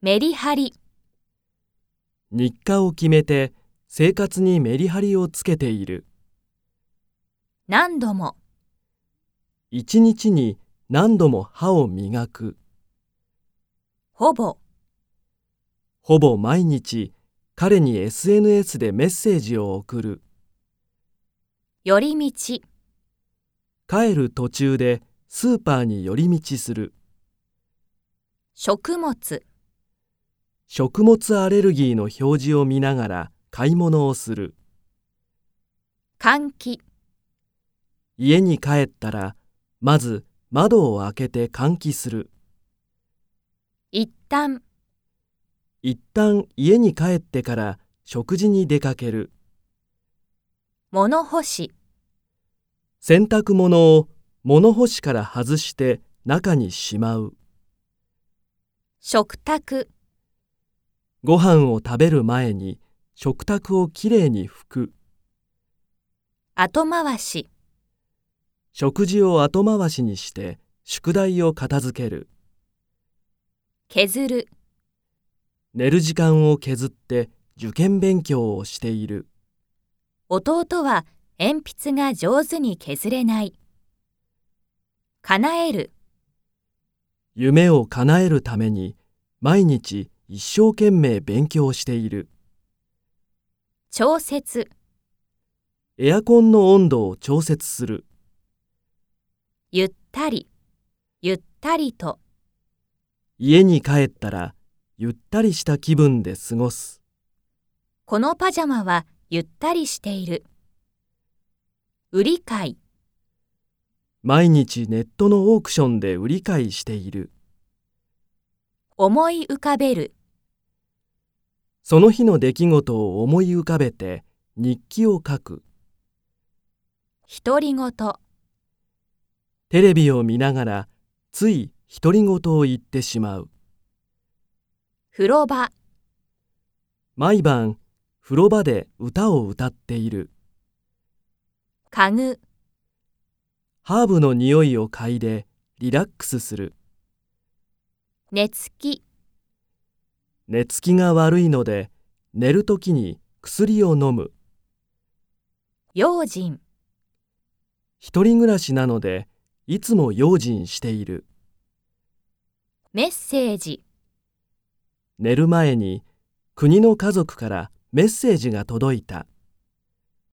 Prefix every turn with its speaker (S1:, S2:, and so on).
S1: メリハリ、
S2: 日課を決めて生活にメリハリをつけている
S1: 何度も、
S2: 一日に何度も歯を磨く
S1: ほぼ、
S2: ほぼ毎日彼に SNS でメッセージを送る
S1: 寄り道、
S2: 帰る途中でスーパーに寄り道する
S1: 食物、
S2: 食物アレルギーの表示を見ながら買い物をする
S1: 換気、
S2: 家に帰ったらまず窓を開けて換気する
S1: 一旦、
S2: 一旦家に帰ってから食事に出かける
S1: 物干し、
S2: 洗濯物を物干しから外して中にしまう
S1: 食卓、
S2: ご飯を食べる前に食卓をきれいに拭く
S1: 後回し、
S2: 食事を後回しにして宿題を片付ける
S1: 削る、
S2: 寝る時間を削って受験勉強をしている
S1: 弟は鉛筆が上手に削れない。叶える、
S2: 夢を叶えるために毎日一生懸命勉強している
S1: 調節、
S2: エアコンの温度を調節する
S1: ゆったり、ゆったりと、
S2: 家に帰ったらゆったりした気分で過ごす
S1: このパジャマはゆったりしている。売り買い、
S2: 毎日ネットのオークションで売り買いしている
S1: 思い浮かべる、
S2: その日の出来事を思い浮かべて日記を書く
S1: 独り言。
S2: テレビを見ながらつい独り言を言ってしまう
S1: 風呂場、
S2: 毎晩風呂場で歌を歌っている
S1: 家具、
S2: ハーブの匂いを嗅いでリラックスする
S1: 寝つき、
S2: 寝つきが悪いので寝るときに薬を飲む
S1: 用心、
S2: 一人暮らしなのでいつも用心している
S1: メッセージ、
S2: 寝る前に国の家族からメッセージが届いた